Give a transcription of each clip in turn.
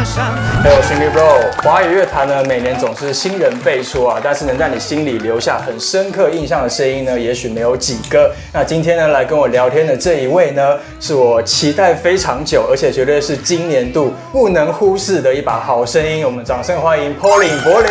还有 Cindy Bro。华语乐坛呢，每年总是新人辈出啊，但是能在你心里留下很深刻印象的声音呢，也许没有几个。那今天呢，来跟我聊天的这一位呢，是我期待非常久，而且绝对是今年度不能忽视的一把好声音。我们掌声欢迎 Pauline 柏林，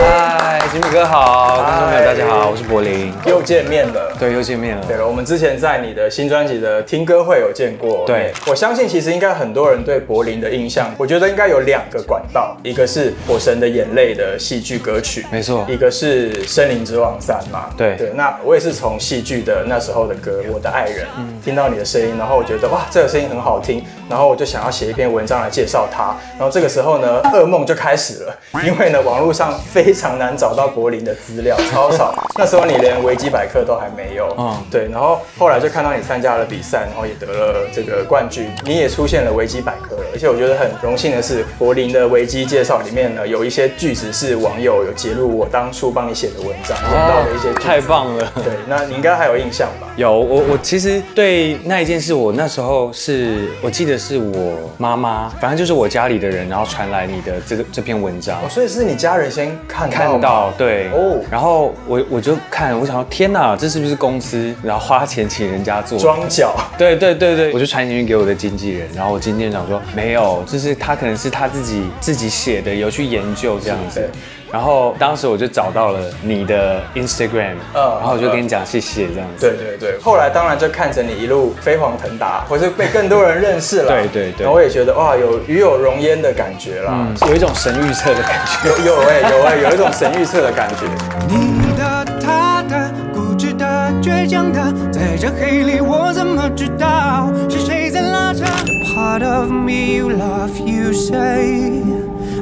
嗨，吉米哥好，观众朋友大家嗨好，我是柏林。又见面了。对，又见面了。对了，我们之前在你的新专辑的听歌会有见过。对我相信其实应该很多人对柏林的印象，我觉得应该有两个管道，一个是《火神的眼泪》的戏剧歌曲，没错一个是《森林之王三》嘛。对对，那我也是从戏剧的那时候的歌《我的爱人》听到你的声音，然后我觉得哇，这个声音很好听，然后我就想要写一篇文章来介绍它。然后这个时候呢，噩梦就开始了，因为呢，网络上非常难找到柏林的资料，超少。那时候你连维基百科都还没有。嗯嗯，对，然后后来就看到你参加了比赛，然后也得了这个冠军，你也出现了维基百科了。而且我觉得很荣幸的是，柏林的维基介绍里面呢，有一些句子是网友有揭露我当初帮你写的文章用到的一些句子。太棒了。对，那你应该还有印象吧？有我，我其实对那一件事，我那时候是我记得是我妈妈，反正就是我家里的人，然后传来你的这个这篇文章哦，，所以是你家人先看到看吗到对哦哦，然后我我就看，我想说天哪，这是不是公司然后花钱请人家做？装脚，对对对对，我就传简讯给我的经纪人，然后我经纪人讲说没有，就是他可能是他自己自己写的，有去研究这样是子对。然后当时我就找到了你的 Instagram，嗯然后我就跟你讲谢谢这样子。对对对。后来当然就看着你一路飞黄腾达，或是被更多人认 识了。对对对然后我也觉得哇，有与有荣焉的感觉啦。嗯，有一种神预测的感觉。有有哎、有哎、有一种神预测的感觉。你的、他的、固执的、倔强的，在这黑里我怎么知道是谁在拉扯？The part of me you love, you say,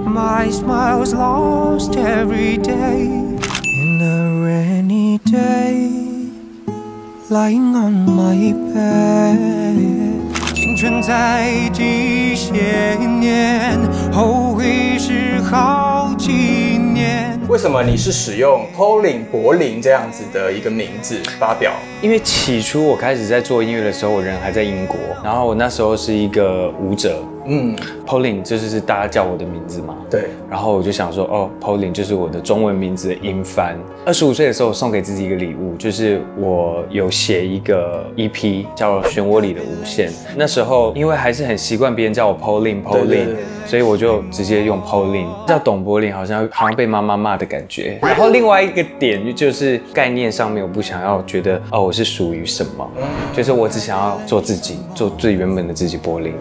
my smile's lost every day. In a rainy day, lying on my bed，青春在几些年，后悔是好几年。为什么你是使用 Pauline 柏林这样子的一个名字发表？因为起初我开始在做音乐的时候，我人还在英国，然后我那时候是一个舞者嗯， ，Pauline，这就是大家叫我的名字嘛。对，然后我就想说，哦，Pauline 就是我的中文名字的音翻。二十五岁的时候，我送给自己一个礼物，就是我有写一个 EP 叫《漩涡里的无限》。那时候因为还是很习惯别人叫我 Pauline 对对 Pauline，对所以我就直接用 Pauline。叫董柏林好像好像被妈妈骂的感觉。然后另外一个点就是概念上面，我不想要觉得哦我是属于什么，就是我只想要做自己，做最原本的自己柏林。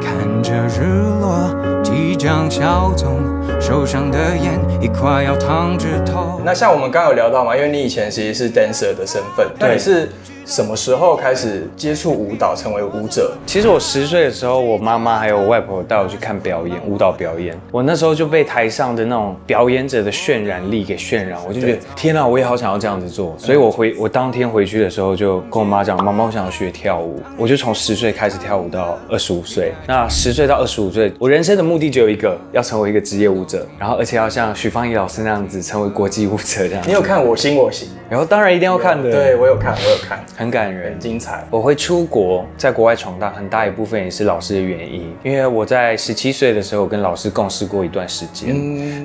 看着日落即将消踪，手上的烟已快要烫直头。那像我们刚刚有聊到嘛，因为你以前其实是 dancer 的身份，那你是什么时候开始接触舞蹈，成为舞者？其实我十岁的时候，我妈妈还有我外婆带我去看表演，舞蹈表演。我那时候就被台上的那种表演者的渲染力给渲染，我就觉得天啊，我也好想要这样子做。所以我回我当天回去的时候，就跟我妈讲，妈妈，我想要学跳舞。我就从十岁开始跳舞到二十五岁。那十岁到二十五岁，我人生的目的只有一个，要成为一个职业舞者，然后而且要像许芳宜老师那样子，成为国际舞者这样你。有看《我心我行然后当然一定要》？看的，对，我有看，我有看，很感人很。精彩。我会出国，在国外闯荡，很大一部分也是老师的原因，因为我在十七岁的时候跟老师共事过一段时间，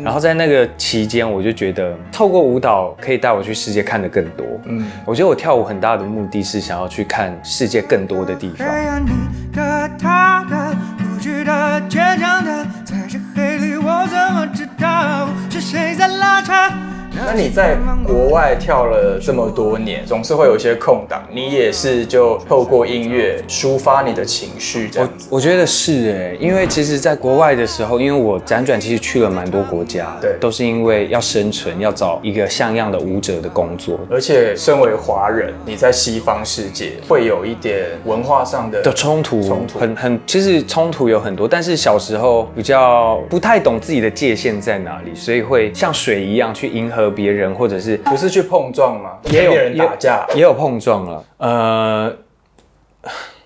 然后在那个期间，我就觉得透过舞蹈可以带我去世界看得更多。嗯，我觉得我跳舞很大的目的是想要去看世界更多的地这方。样你的、他的、固执的、倔强的，在这黑里我怎么知道是谁在拉扯？那你在国外跳了这么多年，总是会有一些空档，你也是就透过音乐抒发你的情绪，这样子。我觉得是哎，因为其实，在国外的时候，因为我辗转其实去了蛮多国家，对都是因为要生存，要找一个像样的舞者的工作，而且，身为华人，你在西方世界会有一点文化上的的冲突，冲突很很，其实冲突有很多，但是小时候比较不太懂自己的界限在哪里，所以会像水一样去迎合别人，或者是不是去碰撞吗？也有人打架，也有碰撞了，呃。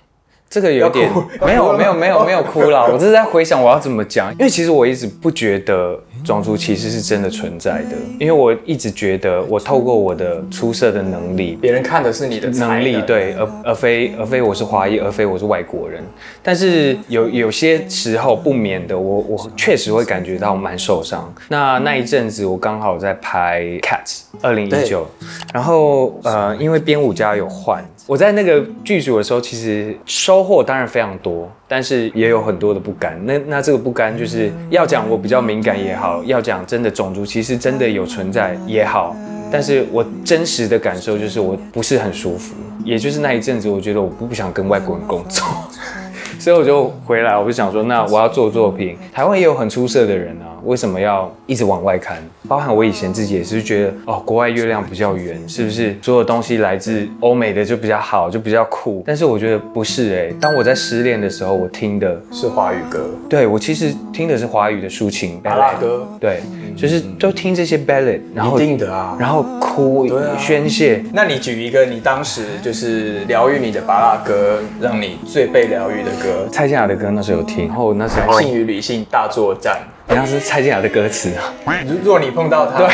这个有点 要哭没要哭有了没有没有没有哭啦，我这是在回想我要怎么讲，因为其实我一直不觉得种族歧视是真的存在的，因为我一直觉得我透过我的出色的能力。别人看的是你的才能力对，而而非而非我是华裔，而非我是外国人。但是有有些时候不免的，我我确实会感觉到蛮受伤。那那一阵子我刚好在拍《Cats》二零一对九，然后呃，因为编舞家有换，我在那个剧组的时候，其实收获当然非常多，但是也有很多的不甘。那那这个不甘就是要讲我比较敏感也好，要讲真的种族歧视真的有存在也好，但是我真实的感受就是我不是很舒服，也就是那一阵子，我觉得我不想跟外国人工作。 所以我就回来，我就想说，那我要做作品。台湾也有很出色的人啊，为什么要一直往外看？包含我以前自己也是觉得，哦，国外月亮比较圆，是不是所有东西来自欧美的就比较好，就比较酷？但是我觉得不是诶、当我在失恋的时候，我听的，是华语歌，对我其实听的是华语的抒情阿拉，歌，对，就是都听这些 ballad，然嗯一后定的啊。然后哭、对啊宣泄，那你举一个你当时就是疗愈你的巴拉歌，让你最被疗愈的歌，蔡健雅的歌那时候有听，然后那时候《性与理性大作战好像是蔡健雅的歌词啊。》。如若你碰到他，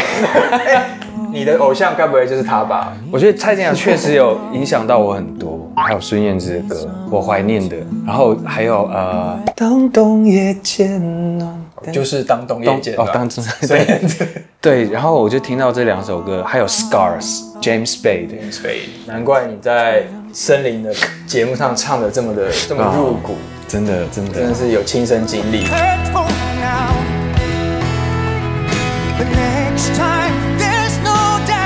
哎你的偶像该不会就是他吧？我觉得蔡健雅确实有影响到我很多，还有孙燕姿的歌，我怀念的，然后还有呃，当冬夜渐暖，就是当冬夜见哦，吧当真孙对燕姿。对，然后我就听到这两首歌，还有 Scars James Spade，所以难怪你在森林的节目上唱的这么的这么入骨，真的真真的的，是有亲身经历。 hurtful now. The next time, there's no doubt.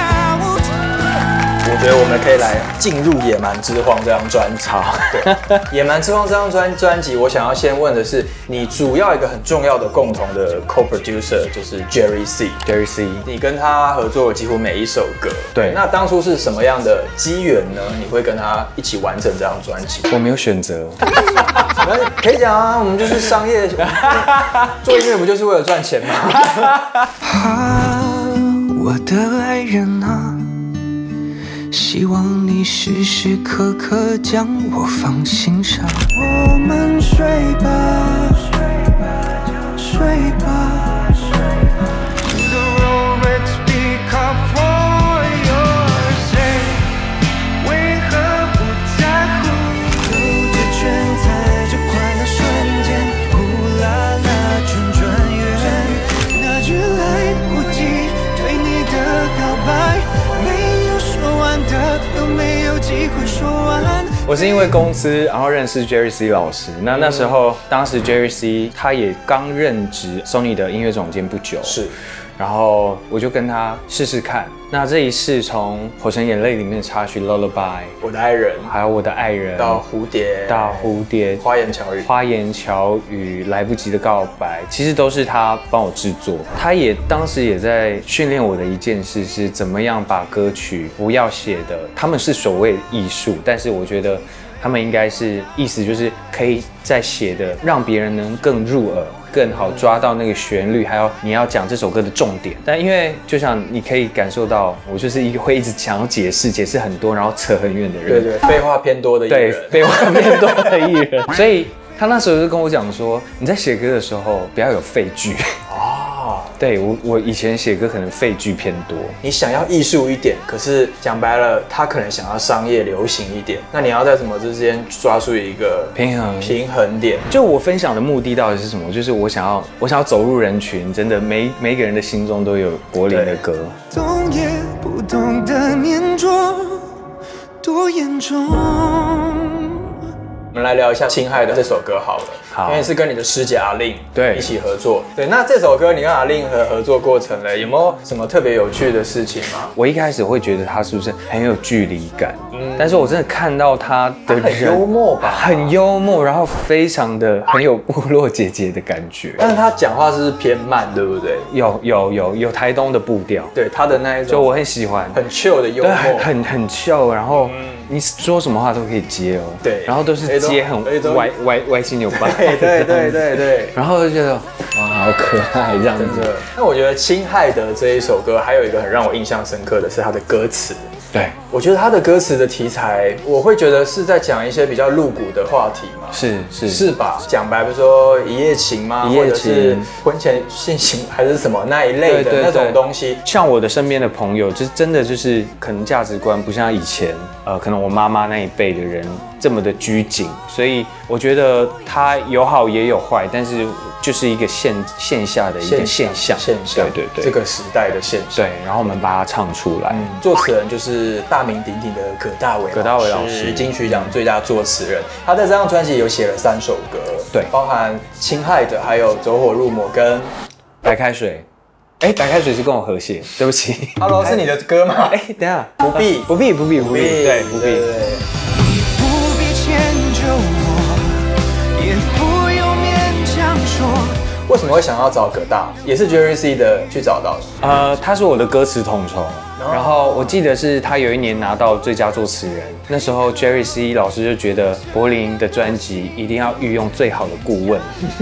我觉得我们可以来进入《野蛮之荒》这张专辑。对，《野蛮之荒》这张专专辑，我想要先问的是，你主要一个很重要的共同的 co-producer 就是 Jerry C。 Jerry C。你跟他合作几乎每一首歌，对那当初是什么样的机缘呢？你会跟他一起完成这张专辑？我没有选择，我们 可以讲啊，我们就是商 业，做音乐不就是为了赚钱吗？啊，我的爱人啊，希望你时时刻刻将我放心上。我们睡吧，睡吧，睡吧。The romance become for your sake，为何不在乎？兜着圈，在这快乐瞬间，呼啦啦圈转圆，那句来不及对你的告白，没有说完的，有没有机会说完？我是因为公司，然后认识 Jerry C 老师。那嗯那时候，当时 Jerry C 他也刚任职 Sony 的音乐总监不久，是，然后我就跟他试试看。那这一试从《火神眼泪》里面的插曲《Lullaby》，我的爱人，还有我的爱人到蝴蝶，到蝴蝶、花言巧语花言巧语、来不及的告白，其实都是他帮我制作。他也当时也在训练我的一件事是怎么样把歌曲不要写的，他们是所谓艺术，但是我觉得他们应该是意思就是可以在写的让别人能更入耳。更好抓到那个旋律，还有你要讲这首歌的重点。但因为就像你可以感受到，我就是一个会一直想要解释、解释很多，然后扯很远的人。对对，废话偏多的艺对，人，被外面多的艺人， 所以他那时候就跟我讲说，你在写歌的时候不要有废句。哦，对我，我以前写歌可能废句偏多，你想要艺术一点，可是讲白了，他可能想要商业流行一点，那你要在什么之间抓住一个平衡平衡点？就我分享的目的到底是什么？就是我想要，我想要走入人群，真的每每个人的心中都有柏林的歌。懂也不懂得粘着，多严重。我们来聊一下《侵害》的这首歌好了，好因为是跟你的师姐阿令对一起合作，对，那这首歌你跟阿令的合作过程嘞，有没有什么特别有趣的事情吗？我一开始会觉得他是不是很有距离感，但是我真的看到他的嗯人他很幽默吧很幽默，然后非常的很有部落姐姐的感觉。但是他讲话是不是偏慢，对不对？有有有有台东的步调，对，他的那一就种我很喜欢，很 chill 的幽对，默，嗯很很很 chill，然后你说什么话都可以接哦，对然后都是接哎都哎很都歪歪歪七扭八，对对对对对。然后就觉得哇好可爱这样真子，的，那我觉得《侵害》的这一首歌还有一个很让我印象深刻的是它的歌词，对，我觉得他的歌词的题材，我会觉得是在讲一些比较露骨的话题嘛。是是是吧？讲白不是说一夜情吗？一夜或者是情婚前性行为还是什么那一类对的对那种对东西。像我的身边的朋友，就是真的就是可能价值观不像以前，呃，可能我妈妈那一辈的人这么的拘谨，所以我觉得它有好也有坏，但是就是一个线线下的一个现象，现象，对对对，这个时代的现象。对，然后我们把它唱出来，作词人就是大名鼎鼎的葛大为，葛大为老师金曲奖最佳作词人。他在这张专辑有写了三首歌，对包含《侵害者》、还有《走火入魔》跟《白开水，哎，白开水是跟我和 谐，对不起， Hello》是你的歌吗？哎，哦等一下，不必不必不必不必，对，不必。不必迁就我，也不用勉强说。为什么会想要找葛大？也是 Jerry C 的去找到的。呃，他是我的歌词统筹，然后我记得是他有一年拿到最佳作词人，那时候 Jerry C 老师就觉得柏林的专辑一定要御用最好的顾 问，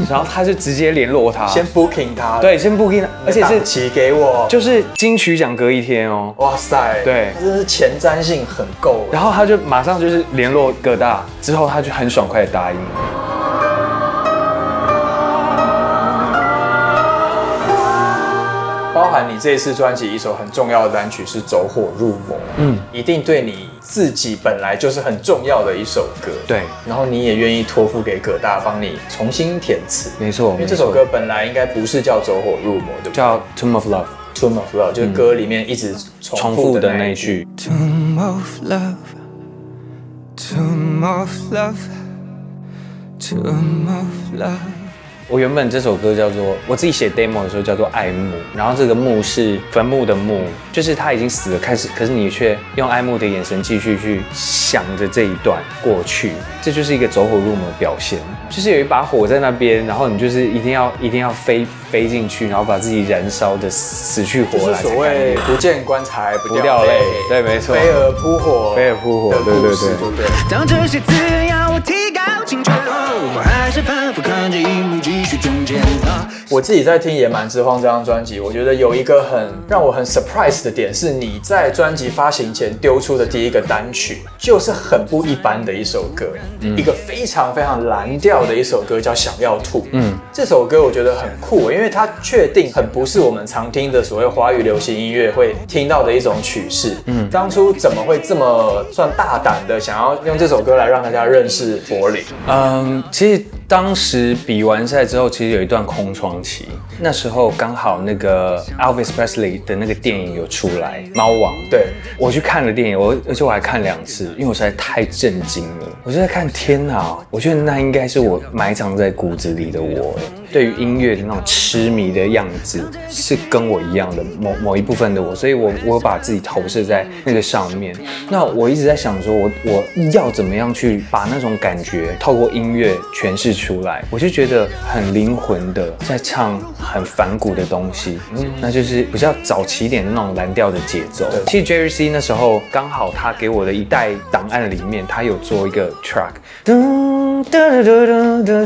然后他就直接联络他，先 booking 他，啊对，，先 booking，而且档是期给我，就是金曲奖隔一天哦，哇塞，对真是前瞻性很够。然后他就马上就是联络葛大，之后他就很爽快的答应了。包含你这一次专辑一首很重要的单曲是《走火入魔》，嗯，一定对你自己本来就是很重要的一首歌，对然后你也愿意托付给葛大帮你重新填词，没错因为这首歌本来应该不是叫《走火入魔》，对不对？叫《Tomb 嗯 of Love 《Tomb of Love》，就是歌里面一直》，重重复复的的那那一一句。句， Tomb of love, tomb of love, tomb of love. 我原本这首歌叫做我自己写 demo 的时候叫做《爱慕》，然后这个墓是坟墓的墓，就是他已经死了，开始，可是你却用爱慕的眼神继续去想着这一段过去，这就是一个走火入魔的表现，就是有一把火在那边，然后你就是一定要一定要飞飞进去，然后把自己燃烧的死去就活是来。所谓不见棺材不不掉掉泪泪，对没错飞蛾扑火，飞蛾扑火的故事对对对就对了。当这些字要我提高警觉，我还是反复看着荧幕，继续中间的。我自己在听《野蛮之荒》这张专辑，我觉得有一个很让我很 surprise 的点是，你在专辑发行前丢出的第一个单曲，就是很不一般的一首歌，一个非常非常蓝调的一首歌，叫《想要吐》。嗯，这首歌我觉得很酷，因为它确定很不是我们常听的所谓华语流行音乐会听到的一种曲式。嗯，当初怎么会这么算大胆的想要用这首歌来让大家认识柏林？嗯，其实当时比完赛之后，其实有一段空窗期。那时候刚好那个 Elvis Presley 的那个电影有出来，《猫王》。对，我去看了电影，我而且我还看两次，因为我实在太震惊了。我就在看，天哪！我觉得那应该是我埋藏在骨子里的我，哎对于音乐的那种痴迷的样子，是跟我一样的某某一部分的我，所以我我把自己投射在那个上面。那我一直在想说我，我要怎么样去把那种感觉透过音乐诠释出来？我就觉得很灵魂的在唱很反骨的东西，嗯，那就是比较早期一点的那种蓝调的节奏。其实 Jerry C 那时候刚好他给我的一袋档案里面，他有做一个 track，噔哒哒哒哒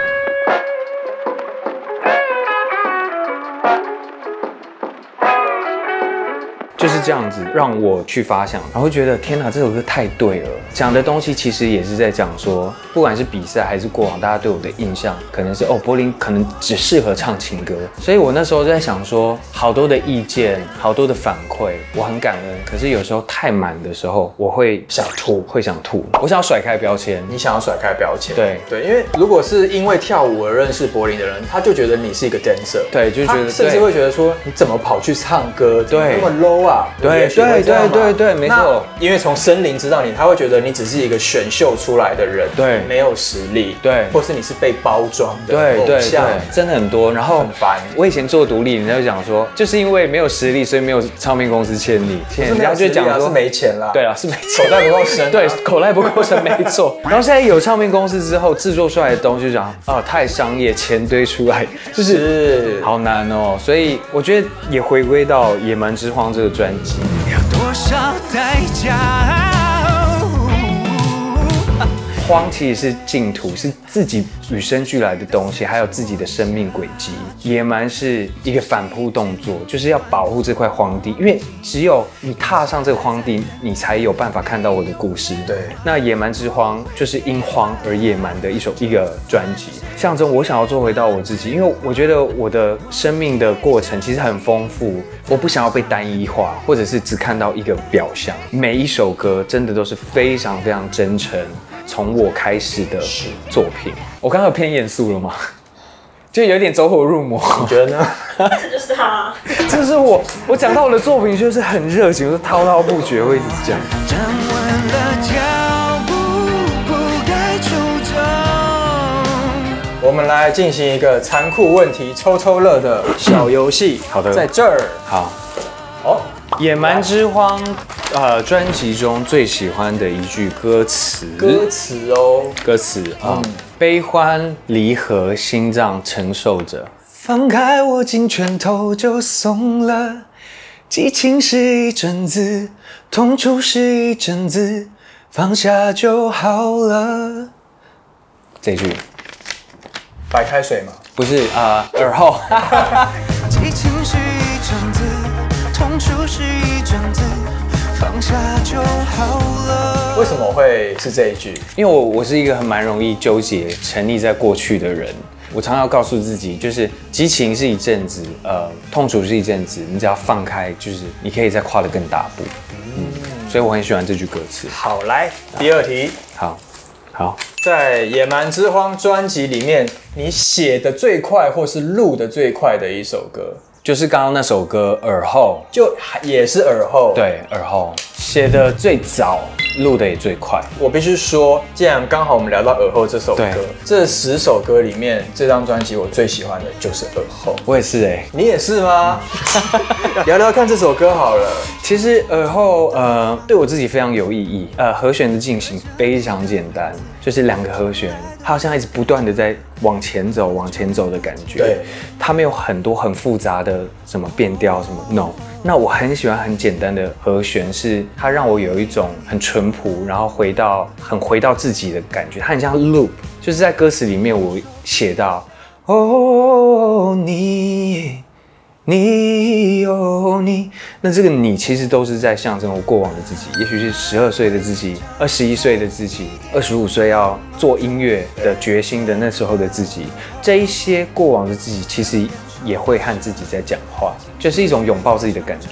就是这样子让我去发想，然后觉得天哪，这首歌太对了，讲的东西其实也是在讲说，不管是比赛还是过往，大家对我的印象可能是哦，柏林可能只适合唱情歌，所以我那时候就在想说，好多的意见，好多的反馈，我很感恩，可是有时候太满的时候，我会想吐，会想吐，我想要甩开标签，你想要甩开标签，对对，因为如果是因为跳舞而认识柏林的人，他就觉得你是一个 dancer，对就他觉得甚至对 会觉得说你怎么跑去唱歌，怎么对那么 low 啊，对也许会对这样嘛对对对没错，那因为从森林知道你，他会觉得你只是一个选秀出来的人，对没有实力，对或是你是被包装的对偶对像，对，真的很多。然后很烦我以前做独立，人家就讲说，就是因为没有实力，所以没有唱片公司签你。现是在人没有家实就力讲啊，说是没钱啦，对啊，是没口 错。袋不够深、啊，对，口袋不够深，没错。然后现在有唱片公司之后，制作出来的东西就讲啊，太商业，钱堆出来，就是是好难哦。所以我觉得也回归到《野蛮之荒》这个专辑，要多少代价？荒其实是净土，是自己与生俱来的东西，还有自己的生命轨迹。野蛮是一个反扑动作，就是要保护这块荒地，因为只有你踏上这个荒地，你才有办法看到我的故事。对那《野蛮之荒》就是因荒而野蛮的一首一个专辑，象征我想要做回到我自己，因为我觉得我的生命的过程其实很丰富，我不想要被单一化，或者是只看到一个表象。每一首歌真的都是非常非常真诚，从我开始的作品。我刚刚有偏严肃了吗？就有点走火入魔。你觉得呢？这就是他啊。 这是我，我讲到我的作品就是很热情，我是滔滔不绝，会一直讲。站稳了脚步，不该抽走。我们来进行一个残酷问题抽抽乐的小游戏。好的在这儿好，哦， 《野蛮之荒》呃专辑中最喜欢的一句歌词，歌词哦，歌词啊，悲欢离合，心脏承受着。放开我，进拳头就松了。激情是一阵子，痛楚是一阵子，放下就好了。这句白开水嘛。不是啊、呃耳后。激情是一阵子，痛楚是一阵子，放下就好了。为什么会是这一句？因为我我是一个很蛮容易纠结、沉溺在过去的人。我常常要告诉自己，就是激情是一阵子，呃，痛楚是一阵子，你只要放开，就是你可以再跨得更大步。嗯，所以我很喜欢这句歌词。好，来第二题，好，好，在《野蛮之荒》专辑里面，你写的最快或是录的最快的一首歌，就是刚刚那首歌《耳后就也是耳后。》，，对，《耳后》写的最早，录的也最快。我必须说，既然刚好我们聊到耳后这首歌对，这十首歌里面，这张专辑我最喜欢的就是耳后。我也是哎、你也是 吗？聊聊看这首歌好了。其实耳后呃对我自己非常有意义。呃，和弦的进行非常简单，就是两个和弦，它好像一直不断的在往前走、往前走的感觉。对它没有很多很复杂的什么变调什么 no。那我很喜欢很简单的和弦，是它让我有一种很淳朴，然后回到很回到自己的感觉，它很像 loop。就是在歌词里面我写到，哦你。你有你，那这个你其实都是在象征我过往的自己，也许是十二岁的自己，二十一岁的自己，二十五岁要做音乐的决心的那时候的自己，这一些过往的自己其实也会和自己在讲话，就是一种拥抱自己的感觉。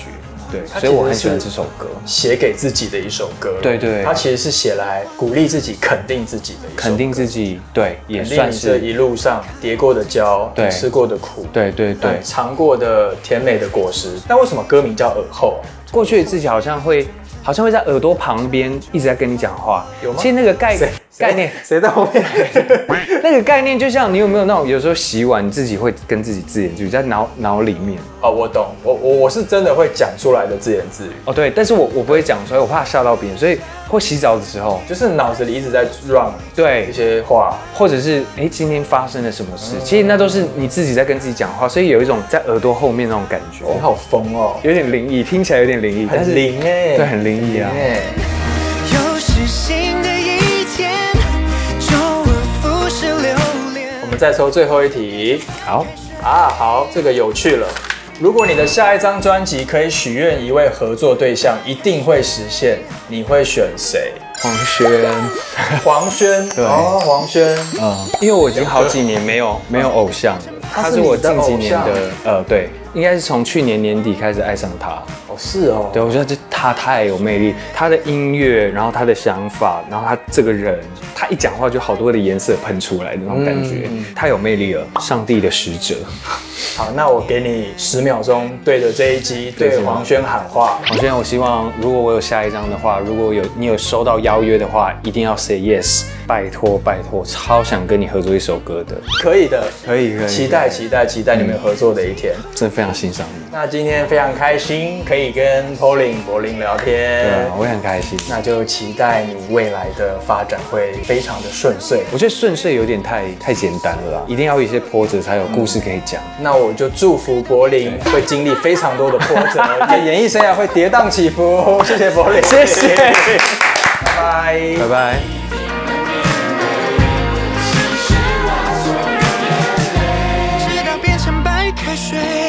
对，它所以我很其实喜是欢这首歌，写给自己的一首歌，对对它其实是写来鼓励自己、肯定自己的一首歌，肯定自己，对，也肯定算你这是，一路上跌过的跤，对吃过的苦，对对对但。尝过的甜美的果实。那为什么歌名叫耳后？啊过去自己好像会，好像会在耳朵旁边一直在跟你讲话，有吗其实那个概谁哎概念。谁在后面？ 那个概念就像你有没有那种，有时候洗碗你自己会跟自己自言自语，在脑脑里面。哦，我懂，我我我是真的会讲出来的自言自语，哦，对，但是我我不会讲出来，我怕吓到别人，所以或洗澡的时候，就是脑子里一直在 run 对一，些话，或者是哎、诶今天发生了什么嗯事，其实那都是你自己在跟自己讲话，所以有一种在耳朵后面那种感觉，你好疯哦，有点灵异，听起来有点灵异，但很是灵哎，对很灵异啊很哎、又是新的一天，周而复始留恋。我们再抽最后一题。好，啊，好，这个有趣了。如果你的下一张专辑可以许愿一位合作对象，一定会实现，你会选谁？黄轩，黄轩，哦，黄轩，嗯，因为我已经好几年没有没有偶像了，他他是是你的我近几年偶的呃，对，应该是从去年年底开始爱上他。哦，是哦，对，我觉得这他太有魅力，他的音乐，然后他的想法，然后他这个人，他一讲话就好多的颜色喷出来的那种感觉，嗯太有魅力了，上帝的使者。好，那我给你十秒钟，对着这一集对对着吗黄轩喊话。黄轩，我希望如果我有下一张的话，如果有你有收到邀约的话，一定要 say yes，拜托拜托，超想跟你合作一首歌的，可以的，可以可以嗯期待期待期待你们合作的一天。真的非常欣赏你，那今天非常开心，可以跟 Pauline 柏林聊对天啊，。我也很开心。那就期待你未来的发展会非常的顺遂。我觉得顺遂有点太太简单了啦，一定要有一些波折才有故事可以讲。那我就祝福柏林会经历非常多的波折， 也演艺生涯会跌宕起伏。谢谢柏林，谢谢，拜拜。拜拜。我被水。